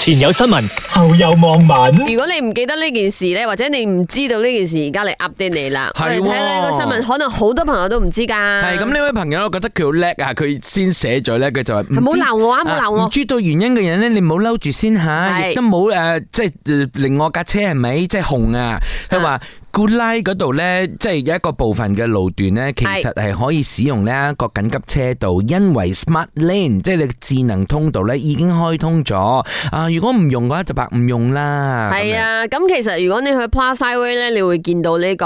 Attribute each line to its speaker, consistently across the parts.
Speaker 1: 前有新聞，後有網民。
Speaker 2: 如果你唔記得呢件事咧，或者你唔知道呢件事，而家嚟 update 你啦。我
Speaker 3: 係
Speaker 2: 哋
Speaker 3: 喎
Speaker 2: 睇下呢個新聞，可能好多朋友都唔知噶。
Speaker 3: 係咁呢位朋友，我覺得佢好叻啊！佢先寫咗咧，佢就話唔
Speaker 2: 係冇
Speaker 3: 知
Speaker 2: 鬧我啊冇鬧我
Speaker 3: 唔知道原因嘅人咧，你唔好嬲住先吓，
Speaker 2: 係
Speaker 3: 亦都冇诶，即係呃令我架車係咪即係紅啊？佢話。Good Line 嗰度咧，即係有一個部分嘅路段咧，其實係可以使用呢一個緊急車道，因為 Smart Lane 即係你嘅智能通道咧已經開通咗。啊，如果唔用嘅話就白唔用啦。
Speaker 2: 係啊，咁其實如果你去 Plaza Highway 咧，你會見到呢、個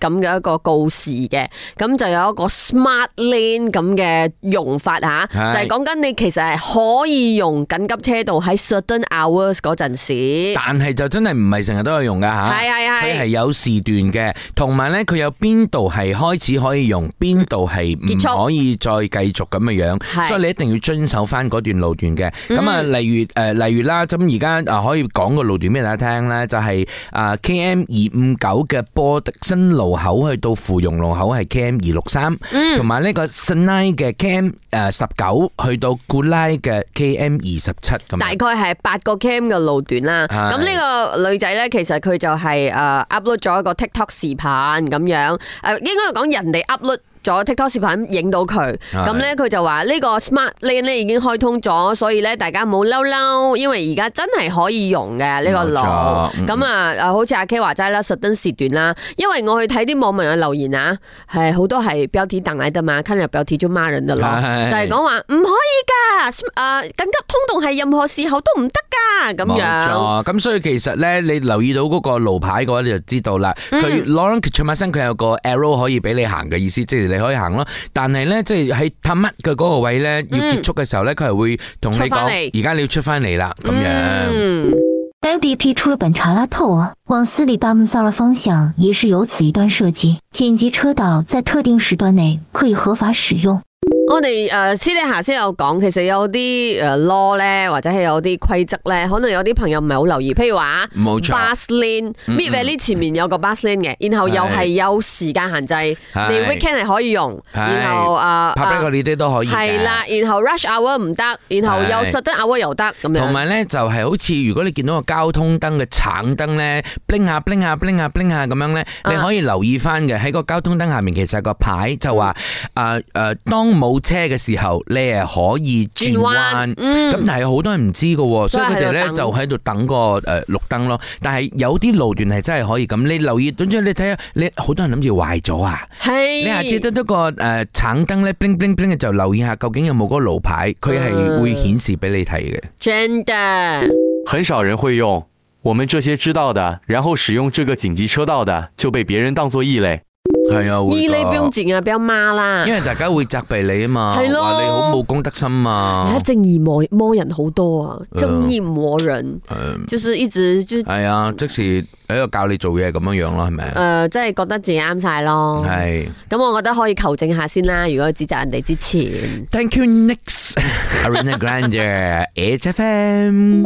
Speaker 2: 咁嘅一個告示嘅，咁就有一個 Smart Lane 咁嘅用法吓，
Speaker 3: 係
Speaker 2: 就係講緊你其實係可以用緊急車道喺 certain hours 嗰陣時。
Speaker 3: 但係就真係唔係成日都有用噶吓，
Speaker 2: 係係係
Speaker 3: 佢係有時段嘅，同埋咧佢有邊度係開始可以用，邊度係
Speaker 2: 結束
Speaker 3: 唔可以再繼續咁嘅樣，
Speaker 2: 係
Speaker 3: 所以你一定要遵守翻嗰段路段嘅。咁啊，例如誒，例如啦，咁而家啊可以講個路段俾大家聽咧，就係啊 K M 二五九嘅波迪新路口去到芙蓉路口係 K M 二六三，同埋呢個新拉嘅 K M 誒十九去到古拉嘅 K M 二十七咁
Speaker 2: 大
Speaker 3: 樣。
Speaker 2: 概係八個 cam 嘅路段啦。
Speaker 3: 係
Speaker 2: 咁呢個女仔咧，其實佢就係誒 upload 咗一個 TikTok 視頻咁樣，誒應該係講人哋 upload。咗 TikTok 視頻影到佢，咁咧佢就話呢個 Smart Lane 咧已經開通咗，所以咧大家唔好嬲嬲，因為而家真係可以用嘅呢個路。
Speaker 3: 冇錯嗯
Speaker 2: 咁啊，誒好似阿 K 話齋啦，實登時段啦，因為我去睇啲網民嘅留言啊，係好多係標題黨嚟的嘛，看了標題就罵人的咯，
Speaker 3: 係
Speaker 2: 就係講話嗯唔可以噶，誒、緊急通道係任何時候都唔得噶咁樣。
Speaker 3: 冇錯，咁所以其實咧，你留意到嗰個路牌嘅話，你就知道啦。
Speaker 2: 嗯
Speaker 3: 佢 Lauren k i t c h m a s o n 佢有個 arrow 可以俾你行嘅意思，即係你可以行咯。但係咧，即係喺探乜嘅嗰個位咧，要結束嘅時候咧，佢係會同你
Speaker 2: 嗯出返
Speaker 3: 講，
Speaker 2: 嚟
Speaker 3: 而家你要出翻嚟啦，咁樣。
Speaker 2: 嗯，
Speaker 4: LDP 出了本查拉透啊，往斯里巴木萨拉方向也是由此一段设计，紧急车道在特定时段内可以合法使用。
Speaker 2: 我哋誒、呃私底下先有講，其實有啲誒 law 咧，或者係有啲規則咧，可能有啲朋友唔係好留意，譬如話。
Speaker 3: 冇錯，
Speaker 2: bus lane mid valley 前面有個 bus lane 嘅，然後又係有時間限制，你 weekend 係可以用，
Speaker 3: 係
Speaker 2: 然後啊
Speaker 3: 拍俾
Speaker 2: 啊
Speaker 3: 個你啲都可以嘅
Speaker 2: 係啦，然後 rush hour 唔得，然後有
Speaker 3: 係
Speaker 2: s u d hour 又得咁
Speaker 3: 同
Speaker 2: 樣。
Speaker 3: 埋咧就係好似如果你見到個交通燈嘅橙燈咧，bling 下 bling 下 bling 下 bling 下咁樣咧，
Speaker 2: 啊
Speaker 3: 你可以留意翻嘅喺個交通燈下面其實有個牌就話
Speaker 2: 嗯
Speaker 3: 誒誒，當冇車嘅時候，你係可以轉彎。
Speaker 2: 嗯
Speaker 3: 咁但係好多人唔知嘅喎，所
Speaker 2: 所
Speaker 3: 以
Speaker 2: 以
Speaker 3: 佢哋咧
Speaker 2: 喺度等
Speaker 3: 就喺度等個誒綠燈咯。但係有啲路段係真係可以咁，你留意，總之你睇下，你好多人諗住壞咗啊！
Speaker 2: 係，
Speaker 3: 你下次得到個誒橙燈咧，bling bling bling 嘅就留意下究竟有冇嗰個路牌，
Speaker 2: 嗯
Speaker 3: 佢係會顯示俾你睇嘅。
Speaker 2: gender。
Speaker 5: 很少人会用。我们这些知道的，然后使用这个紧急车道的，就被别人当作异类。
Speaker 3: 係啊，會
Speaker 2: 依呢標
Speaker 3: 㗎
Speaker 2: 戰啊，標媽啦
Speaker 3: 因，為大家會責備你啊嘛，話
Speaker 2: 係
Speaker 3: 你
Speaker 2: 咯
Speaker 3: 好冇公德心
Speaker 2: 而
Speaker 3: 啊
Speaker 2: 家，哎正義魔魔人好多啊，
Speaker 3: 嗯
Speaker 2: 正義魔人
Speaker 3: 誒
Speaker 2: 就是一直就誒、
Speaker 3: 係啊，即時喺度教你做嘢咁樣樣咯，係咪？
Speaker 2: 呃即係覺得自己啱晒咯。
Speaker 3: 係
Speaker 2: 咁，我覺得可以求證下先啦。如果指責人哋之前，
Speaker 3: ，Thank you Next Arena Grande H F M，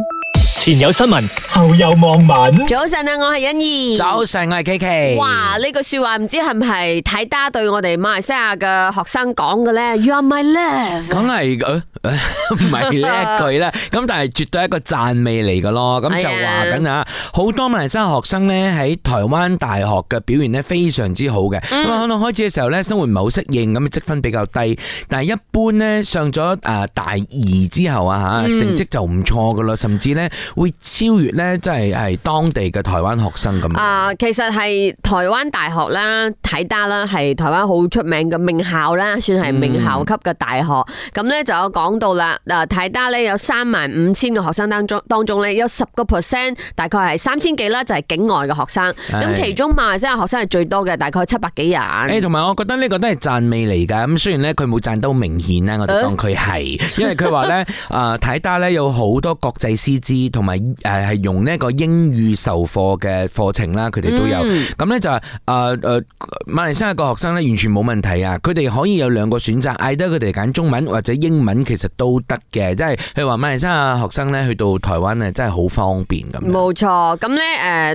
Speaker 1: 前有新聞，後有網民。
Speaker 2: 早晨啊，我係欣怡。
Speaker 3: 嗯早晨，我係 K K。
Speaker 2: 哇！呢句说話唔知係唔係睇家對我哋馬來西亞嘅學生講嘅咧？You are my love。
Speaker 3: 梗係誒誒 唔係呢一句啦，咁但係絕對係一個讚美嚟噶咯。咁就話緊啊，好多馬來西亞學生呢喺台灣大學嘅表現呢非常之好嘅。咁啊可能開始嘅時候呢，生活唔係好適應，咁啊積分比較低。但係一般呢，上咗誒大二之後啊嚇，成績就唔錯噶啦，甚至呢會超越呢，即係係當地嘅台灣學生咁。
Speaker 2: 啊、其實係台灣大學啦，體大啦，係台灣好出名嘅名校啦，算係名校級嘅大學。
Speaker 3: 嗯
Speaker 2: 咁咧、就有講到啦，嗱、體大咧有三萬五千個學生當中，當中咧有十個 percent，大概係三千幾啦，就係、境外嘅學生。咁
Speaker 3: 係
Speaker 2: 其中馬來西亞學生係最多嘅，大概七百幾人。
Speaker 3: 誒，同埋我覺得呢個都係讚美嚟㗎。咁雖然咧佢冇讚得好明顯啦，我哋當佢係，因為佢話咧，誒睇得咧有好多國際師資，同埋誒係用呢一個英語授課嘅課程啦，佢哋
Speaker 2: 嗯
Speaker 3: 都有。咁咧就誒誒馬來西亞個學生咧完全冇問題啊！佢哋可以有兩個選擇，嗌得佢哋揀中文或者英文，其實都得嘅。即係佢話馬來西亞學生咧去到台灣啊，真係好方便咁樣。
Speaker 2: 冇錯，咁咧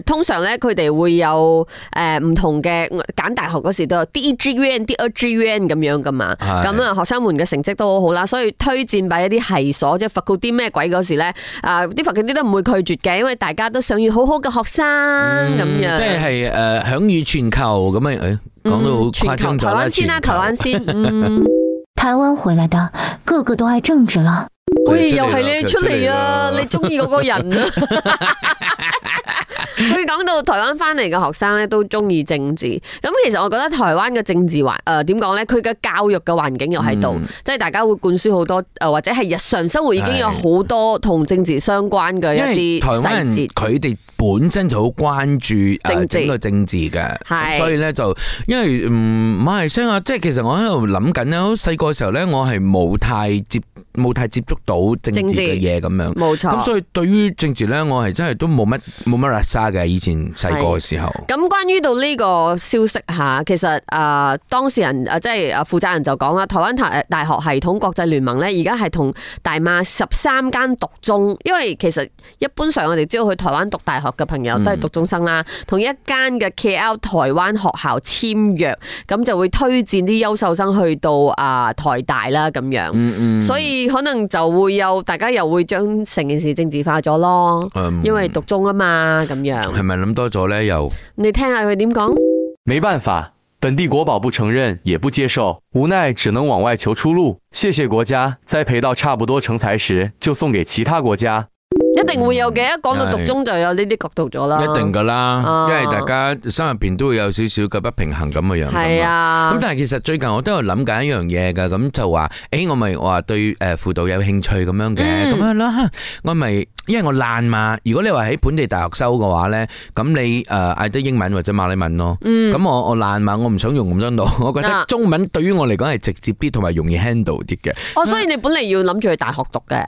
Speaker 2: 誒，通常咧佢哋會有誒唔、同嘅揀大學嗰時都有第一志願、第二志願咁樣噶嘛。
Speaker 3: 係
Speaker 2: 咁啊，學生們嘅成績都好好啦，所以推薦俾一啲係所，即係 faculty 咩鬼嗰時咧，啊啲 faculty 都唔會拒絕嘅，因為大家都想要好好嘅學生咁、樣。
Speaker 3: 嗯即係诶享誉全球咁啊！诶，讲到好
Speaker 2: 嗯全
Speaker 3: 誇
Speaker 2: 球
Speaker 3: 張
Speaker 2: 台
Speaker 3: 咗啦，
Speaker 2: 灣先啦，台灣先。 嗯，
Speaker 4: 台湾回来的个个都爱政治了。
Speaker 2: 喂，
Speaker 3: 佢
Speaker 2: 又
Speaker 3: 出嚟啦
Speaker 2: 係你
Speaker 3: 佢
Speaker 2: 出嚟啊！
Speaker 3: 啦
Speaker 2: 你中意嗰個人啊！佢講到台灣翻嚟嘅學生咧，都中意政治。咁其實我覺得台灣嘅政治環誒點講咧，佢嘅教育嘅環境又喺度，
Speaker 3: 嗯
Speaker 2: 即係大家會灌輸好多誒、呃或者係日常生活已經有
Speaker 3: 係
Speaker 2: 好多同政治相關嘅
Speaker 3: 因為
Speaker 2: 一
Speaker 3: 台
Speaker 2: 啲
Speaker 3: 灣
Speaker 2: 細
Speaker 3: 人
Speaker 2: 節。
Speaker 3: 佢哋本身就好關注呃
Speaker 2: 政治
Speaker 3: 整個政治嘅，
Speaker 2: 係
Speaker 3: 咁所以咧就因為嗯馬來西亞，即係其實我喺度諗緊咧，好細個嘅時候咧，我係冇太接冇太接觸到政
Speaker 2: 政
Speaker 3: 治
Speaker 2: 治
Speaker 3: 嘅嘢咁樣。
Speaker 2: 冇錯。
Speaker 3: 咁所以對於政治咧，我係真係都冇乜冇乜 r 沙嘅。以前細個嘅時候，
Speaker 2: 咁關於到呢個消息吓，其實誒、呃、當事人誒、呃即係誒負責人就講啊啦，台灣大大學系統國際聯盟咧，而家係同大馬十三間讀中，因為其實一般上我哋知道去台灣讀大學嘅朋友都
Speaker 3: 嗯
Speaker 2: 係讀中生啦，同一間嘅 KL 台灣學校簽約，咁就會推薦啲優秀生去到啊、台大啦咁樣，
Speaker 3: 嗯嗯，
Speaker 2: 所以可能就會有大家又會將成件事政治化咗咯，
Speaker 3: 嗯
Speaker 2: 因為讀中啊嘛咁樣。
Speaker 3: 係咪諗多咗咧？又
Speaker 2: 你聽下佢點講。
Speaker 5: 没办法，本地国宝不承认也不接受，无奈只能往外求出路。谢谢国家栽培到差不多成材时，就送给其他国家。
Speaker 2: 一定會有嘅，一講到
Speaker 3: 係
Speaker 2: 讀中就有呢啲角度咗啦。
Speaker 3: 一定
Speaker 2: 嘅，
Speaker 3: 噶啦
Speaker 2: 啊，
Speaker 3: 因為大家心入邊都會有少少嘅不平衡咁嘅樣㗎嘛。
Speaker 2: 係啊
Speaker 3: 咁。但係其實最近我都有諗緊一樣嘢㗎，咁就話，誒、我咪我話對誒輔導有興趣咁樣嘅，
Speaker 2: 嗯
Speaker 3: 咁、樣啦， 我咪因為我懶嘛。如果你話喺本地大學收嘅話咧，咁你誒嗌得英文或者馬來文咯。咁、我我懶嘛，我唔想用咁多腦，我覺得
Speaker 2: 嗯啊
Speaker 3: 中文對於我嚟講係直接啲同埋容易 handle 啲嘅。誒、
Speaker 2: 哦，所以你本嚟要諗住去大學讀嘅，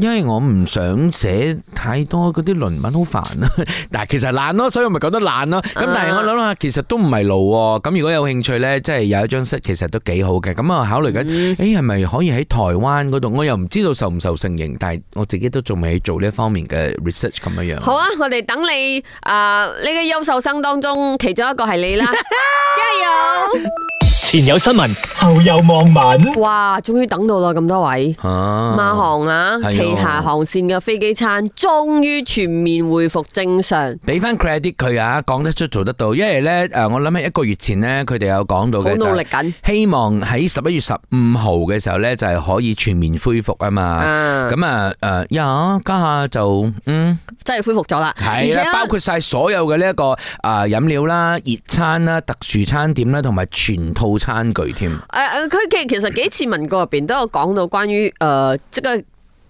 Speaker 3: 因為我唔想寫太多嗰啲論文，好 煩啊。但係其實懶咯，所以我咪覺得懶咯。咁
Speaker 2: 啊
Speaker 3: 但係我諗下，其實都唔係路喎。咁如果有興趣呢，即係有一張室其實都幾好嘅。咁我考慮緊，誒係咪可以喺台灣嗰度？我又唔知道受唔受承認，但係我自己都仲未做呢一方面嘅 research 咁樣樣。
Speaker 2: 好啊！我哋等你啊，呢個優秀生當中其中一個係你 啦，加
Speaker 1: 前有新聞，後有網民。
Speaker 2: 油！哇，終於等到啦，咁多位。
Speaker 3: 啊，
Speaker 2: 馬航啊，
Speaker 3: 係啊
Speaker 2: 旗下航線嘅飛機餐終於全面恢復正常，
Speaker 3: 俾翻 credit à, 佢啊，講得出做得到。因為呢，誒我諗起一個月前呢，佢哋有講到
Speaker 2: 好
Speaker 3: 嘅就
Speaker 2: 努
Speaker 3: 係
Speaker 2: 力緊
Speaker 3: 希望喺十一月十五號嘅時候呢，就係可以全面恢復啊嘛。
Speaker 2: 啊，
Speaker 3: 咁啊誒呀，家下就嗯。
Speaker 2: 真係恢復咗啦，而
Speaker 3: 系
Speaker 2: 且
Speaker 3: 啦，
Speaker 2: 啊
Speaker 3: 包括晒所有嘅呢一個啊飲料啦、熱餐啦、特殊餐點啦，同埋全套餐具添。
Speaker 2: 诶诶，誒呃佢其其實幾次文告入边都有講到關於诶、呃即係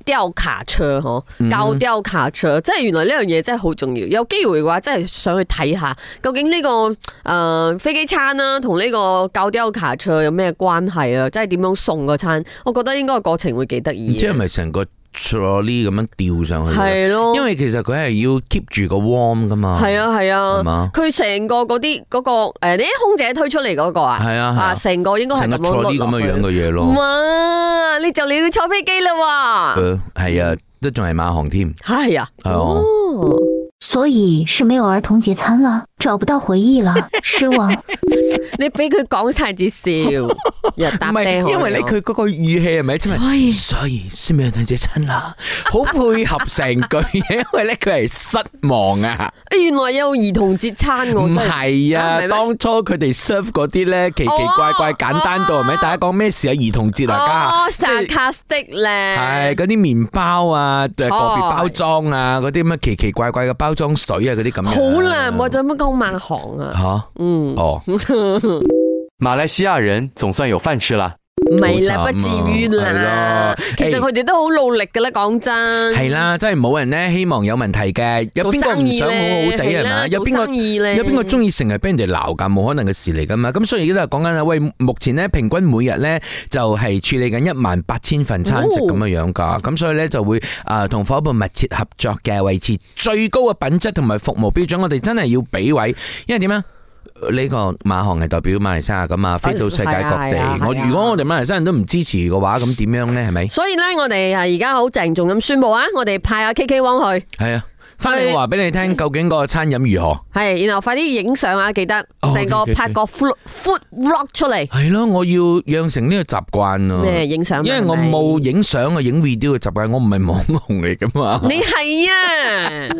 Speaker 2: 吊卡車嗬，
Speaker 3: 嗯
Speaker 2: 教吊卡車，即係原來呢樣嘢真係好重要。有機會嘅話，真係想去睇下究竟呢、個个诶、飛機餐啦、同呢個教吊卡車有咩關係啊？即係點樣送個餐？我覺得應該個過程會幾得
Speaker 3: 唔
Speaker 2: 意
Speaker 3: 知係
Speaker 2: 嘅。
Speaker 3: 咪成個 trolley 咁樣吊上去嘅？
Speaker 2: 係咯，
Speaker 3: 因為其實佢係要 keep 住個 warm 噶嘛。
Speaker 2: 係，啊係
Speaker 3: 係
Speaker 2: 啊，
Speaker 3: 嘛？
Speaker 2: 佢成個嗰啲嗰個诶，你、啲空姐推出嚟嗰個啊，
Speaker 3: 係啊，係
Speaker 2: 啊，
Speaker 3: 啊
Speaker 2: 成個應該係
Speaker 3: 成個
Speaker 2: 咁樣碌
Speaker 3: trolley 咁
Speaker 2: 落去
Speaker 3: 樣樣嘅嘢咯。
Speaker 2: 哇！你就嚟要坐飛機啦喎！
Speaker 3: 誒係啊，都仲係馬航添。
Speaker 2: 系啊，
Speaker 3: 係啊
Speaker 2: 哦，
Speaker 4: 所以是没有儿童节餐了，找不到回忆了，失望。
Speaker 2: 你俾佢讲晒至少， 日
Speaker 3: 唔
Speaker 2: 搭
Speaker 3: 係，
Speaker 2: 爹
Speaker 3: 因為
Speaker 2: 為
Speaker 3: 咧佢嗰個語氣係咪真
Speaker 2: 所
Speaker 3: 係？
Speaker 2: 以
Speaker 3: 所以先未有睇隻親啦， 好配合成句嘢，因為咧佢係失望啊。
Speaker 2: 哎原來有兒童節餐我
Speaker 3: 唔
Speaker 2: 真係
Speaker 3: 係
Speaker 2: 啊唔係
Speaker 3: 啊，
Speaker 2: 咩
Speaker 3: 當初佢哋 serve 嗰啲咧奇奇怪怪、
Speaker 2: 哦
Speaker 3: 簡單到係咪？
Speaker 2: 哦
Speaker 3: 大家講咩事啊？兒童節啊，
Speaker 2: 哦
Speaker 3: 家下即係
Speaker 2: ，sarcastic
Speaker 3: 係
Speaker 2: 咧，
Speaker 3: 嗰啲麵包啊，誒個別包裝啊，嗰啲乜奇奇怪怪嘅包裝水啊，嗰啲咁樣。
Speaker 2: 好難喎，做乜講馬航啊？
Speaker 3: 嚇，
Speaker 2: 嗯，
Speaker 3: 哦，
Speaker 5: 马来西亚人总算有饭吃啦。
Speaker 2: 唔係啦，
Speaker 3: 好
Speaker 2: 不
Speaker 3: 慘
Speaker 2: 至
Speaker 3: 啊
Speaker 2: 於啦
Speaker 3: 係咯。
Speaker 2: 其實
Speaker 3: 誒
Speaker 2: 佢哋都好努力噶啦，講真。
Speaker 3: 係啦，真係冇人咧希望有問題嘅，有
Speaker 2: 做
Speaker 3: 邊個
Speaker 2: 生
Speaker 3: 唔
Speaker 2: 意
Speaker 3: 想好
Speaker 2: 咧，
Speaker 3: 好地啊係
Speaker 2: 啦
Speaker 3: 咪？有
Speaker 2: 做
Speaker 3: 邊個
Speaker 2: 生意咧？
Speaker 3: 有邊個中意成日俾人哋鬧㗎？冇可能嘅事嚟㗎嘛！咁所以而家都係講緊啦，喂，目前咧平均每日咧就係處理緊一萬八千份餐食
Speaker 2: 哦
Speaker 3: 咁樣樣㗎，咁所以咧就會啊同伙伴密切合作嘅，維持最高嘅品質同埋服務標準。我哋真係要俾位，因為點啊？呢個馬航係代表馬來西亞㗎嘛，飛到世界各
Speaker 2: 係啊係啊
Speaker 3: 地。我
Speaker 2: 係啊
Speaker 3: 如果我哋馬來西亞人都唔支持嘅話，咁點樣咧？係咪？
Speaker 2: 所以咧，我哋啊而家好鄭重咁宣布啊，我哋派阿 K K 汪去。
Speaker 3: 係啊，翻嚟話俾你聽，究竟個餐飲如何？
Speaker 2: 系，然後快啲影相啊！記得
Speaker 3: 哦
Speaker 2: 成個
Speaker 3: OK，OK，OK
Speaker 2: 拍個 food food vlog 出嚟，
Speaker 3: 係咯，我要養成呢個習慣啊。
Speaker 2: 咩影相嘛？
Speaker 3: 因為我
Speaker 2: 係咪
Speaker 3: 冇影相啊，影 video 嘅習慣，我唔係網紅嚟噶嘛。
Speaker 2: 你係啊！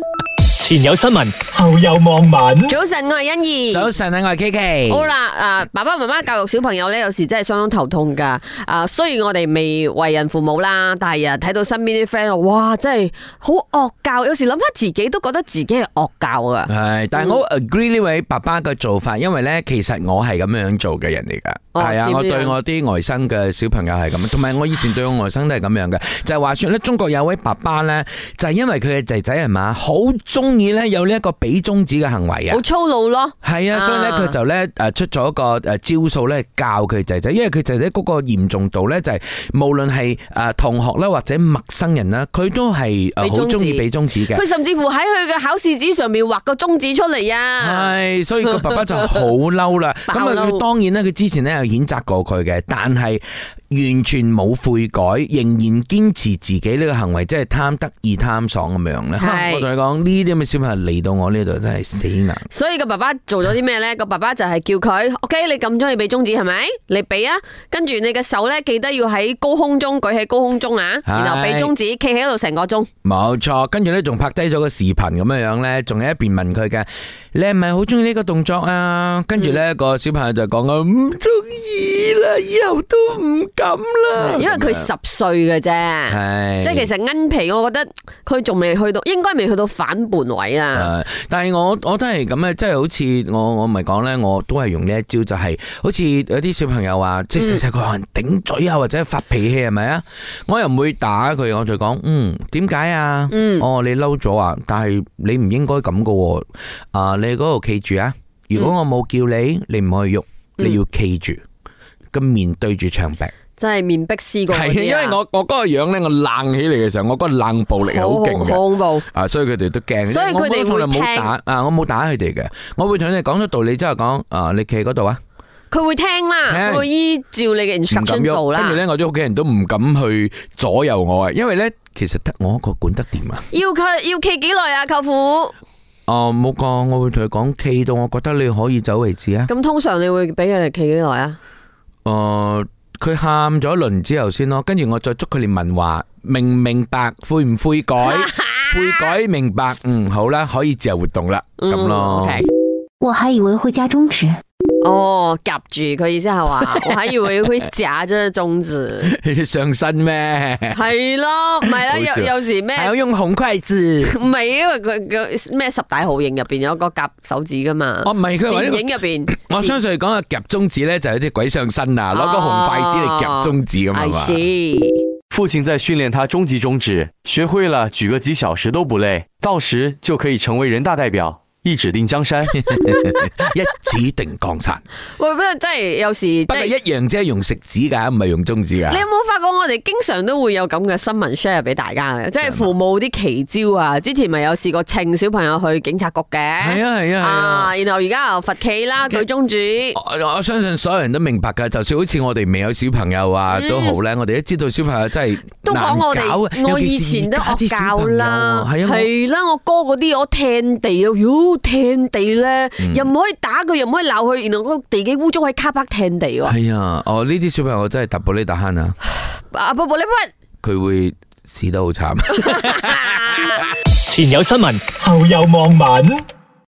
Speaker 1: 前有新聞，後有網民。
Speaker 2: 早晨，我係欣怡。
Speaker 3: 早晨啊，我係 K K。
Speaker 2: 好啦，啊，爸爸媽媽教育小朋友咧，有時真係相當頭痛噶。啊，雖然我哋未為人父母啦，但係啊，睇到身邊啲 friend，哇，真係好惡教。有時諗翻自己都覺得自己係惡教噶。
Speaker 3: 系，
Speaker 2: 嗯
Speaker 3: 但系我 agree 呢位爸爸嘅做法，因為咧，其實我係咁樣做嘅人嚟噶，
Speaker 2: 哦
Speaker 3: 係啊，
Speaker 2: 點樣
Speaker 3: 我對我啲外甥嘅小朋友係咁，同埋我以前對我外甥都係咁樣嘅。就係話说咧，中國有位爸爸咧，就係因為佢嘅仔仔係嘛，好中意咧有呢一個比中指嘅行為啊
Speaker 2: 好。粗魯咯，
Speaker 3: 係啊，
Speaker 2: 啊
Speaker 3: 所以咧佢就咧诶出咗個诶招數咧教佢仔仔，因為佢仔仔嗰個嚴重度咧就係無論係诶同學啦或者陌生人啦，佢都係
Speaker 2: 比
Speaker 3: 诶好
Speaker 2: 中指
Speaker 3: 中意比中指嘅。
Speaker 2: 佢甚至乎喺佢嘅考試紙上面畫個中指出嚟啊！
Speaker 3: 系，所以個爸爸就好嬲 啦。咁
Speaker 2: 爆
Speaker 3: 啊，
Speaker 2: 嬲
Speaker 3: 佢當然咧，佢之前咧有譴責過佢嘅，但係完全冇悔改，仍然堅持自己呢個行為，即係貪得意、貪爽咁樣
Speaker 2: 係
Speaker 3: 咧。我同你講，呢啲咁嘅小朋友嚟到我呢度真係死硬。
Speaker 2: 所以個爸爸做咗啲咩呢？個爸爸就係叫佢，OK，你咁中意俾中指係咪？你俾啊，跟住你嘅手呢，記得要喺高空中舉起高空中啊，
Speaker 3: 係
Speaker 2: 然後俾中指，企喺度成個鐘。
Speaker 3: 冇錯，跟住咧仲拍低咗個視頻咁樣樣咧，仲喺一邊問佢嘅，你係咪好中意呢個動作啊？跟住
Speaker 2: 嗯
Speaker 3: 咧個小朋友就講啊，唔中意啦，以後都唔敢啦。
Speaker 2: 因為佢十歲嘅啫，
Speaker 3: 係
Speaker 2: 即係其實奀皮，我覺得佢仲未去到，應該未去到反叛位啊。
Speaker 3: 誒但係我我都係咁嘅，即係好似我我咪講咧，我都係用呢一招，就係、好似有啲小朋友話，即
Speaker 2: 嗯
Speaker 3: 係細細個可能頂嘴啊，或者發脾氣係咪啊？我又唔會打佢，我就講嗯點解啊？
Speaker 2: 嗯
Speaker 3: 哦你嬲咗啊？但係你唔應該咁噶喎，啊你嗰度企住啊！如果我冇叫你，你唔可以喐，
Speaker 2: 嗯
Speaker 3: 你要企住。咁面對住牆壁，
Speaker 2: 真係面壁思過嗰啲啊。
Speaker 3: 因為我我嗰個樣咧，我冷起嚟嘅時候，我嗰個冷暴力係好勁
Speaker 2: 好
Speaker 3: 嘅。
Speaker 2: 恐怖。
Speaker 3: 啊，所以佢哋都驚。
Speaker 2: 所以佢哋會
Speaker 3: 我冇從來冇打啊，我冇打佢哋嘅，我會同佢哋講咗道理之後講啊，你企喺嗰度啊，
Speaker 2: 佢會聽啦，
Speaker 3: 聽
Speaker 2: 佢會依照你嘅
Speaker 3: 唔敢
Speaker 2: instruction 做
Speaker 3: 喐。跟住
Speaker 2: 啦。
Speaker 3: 咧，我啲屋企人都唔敢去左右我啊，因為咧其實得我一個管得掂啊。
Speaker 2: 要佢要企幾耐啊，舅父？
Speaker 3: 哦，冇個，我會同佢講企到我覺得你可以走為止啊。
Speaker 2: 咁通常你會俾佢哋企幾耐啊？
Speaker 3: 誒，哦佢喊咗一輪之後先咯，跟住我再捉佢哋問話，明唔明白，悔唔 悔改，悔改明白，嗯，好啦，可以自由活動啦，咁
Speaker 2: 嗯
Speaker 3: 咯。
Speaker 2: ，OK
Speaker 4: 我还以为会加中指。
Speaker 2: 哦，夾住佢意思係 話，我喺以為會夾咗中指，
Speaker 3: 你 上身咩？
Speaker 2: 係咯，唔係啦，
Speaker 3: 好笑啊
Speaker 2: 有有時咩
Speaker 3: 還要用紅 筷子。
Speaker 2: 唔係因為佢佢咩十大酷刑入邊有個夾手指噶嘛，
Speaker 3: 哦，唔係佢話呢
Speaker 2: 電
Speaker 3: 個
Speaker 2: 影入邊
Speaker 3: 我相信佢講嘅夾中指咧，就有啲鬼上身啊，攞個紅筷子嚟夾中指咁
Speaker 2: 哦
Speaker 3: 啊
Speaker 2: I
Speaker 3: 嘛。
Speaker 2: see，
Speaker 5: 父亲在训练他终极中指，学会了举个几小时都不累，到时就可以成为人大代表，一指定江 山。
Speaker 3: 一指定江山，
Speaker 2: 喂，不過真係有時即
Speaker 3: 不過
Speaker 2: 係
Speaker 3: 一啊樣啫，用食指㗎，唔係用中指㗎
Speaker 2: 你。有冇發覺我哋經常都會有咁嘅新聞 share 俾大家嘅，即係父母啲奇招啊！之前咪有試過請小朋友去警察局嘅，
Speaker 3: 係啊係啊係啊！
Speaker 2: 啊，然後而家又罰企啦，舉中指。
Speaker 3: 我我相信所有人都明白㗎，就算好似我哋未有小朋友啊都好咧，我哋都知道小朋友真係
Speaker 2: 嗯都
Speaker 3: 難
Speaker 2: 講我
Speaker 3: 搞啊
Speaker 2: 哋，我
Speaker 3: 尤
Speaker 2: 以
Speaker 3: 其是
Speaker 2: 前都
Speaker 3: 而家
Speaker 2: 惡
Speaker 3: 啲小
Speaker 2: 教
Speaker 3: 朋友
Speaker 2: 啦
Speaker 3: 啊，係啊，
Speaker 2: 係啦，我哥嗰啲我聽地啊，喲聽地咧，
Speaker 3: 嗯
Speaker 2: 又唔可以打佢，又唔可以鬧佢，然後嗰個地幾污糟喺卡巴聽地喎。
Speaker 3: 係啊，哦呢啲小朋友真係特布呢特慳啊，
Speaker 2: 啊不不，你不
Speaker 3: 佢會死得好慘。
Speaker 1: 前有新聞，後有網民。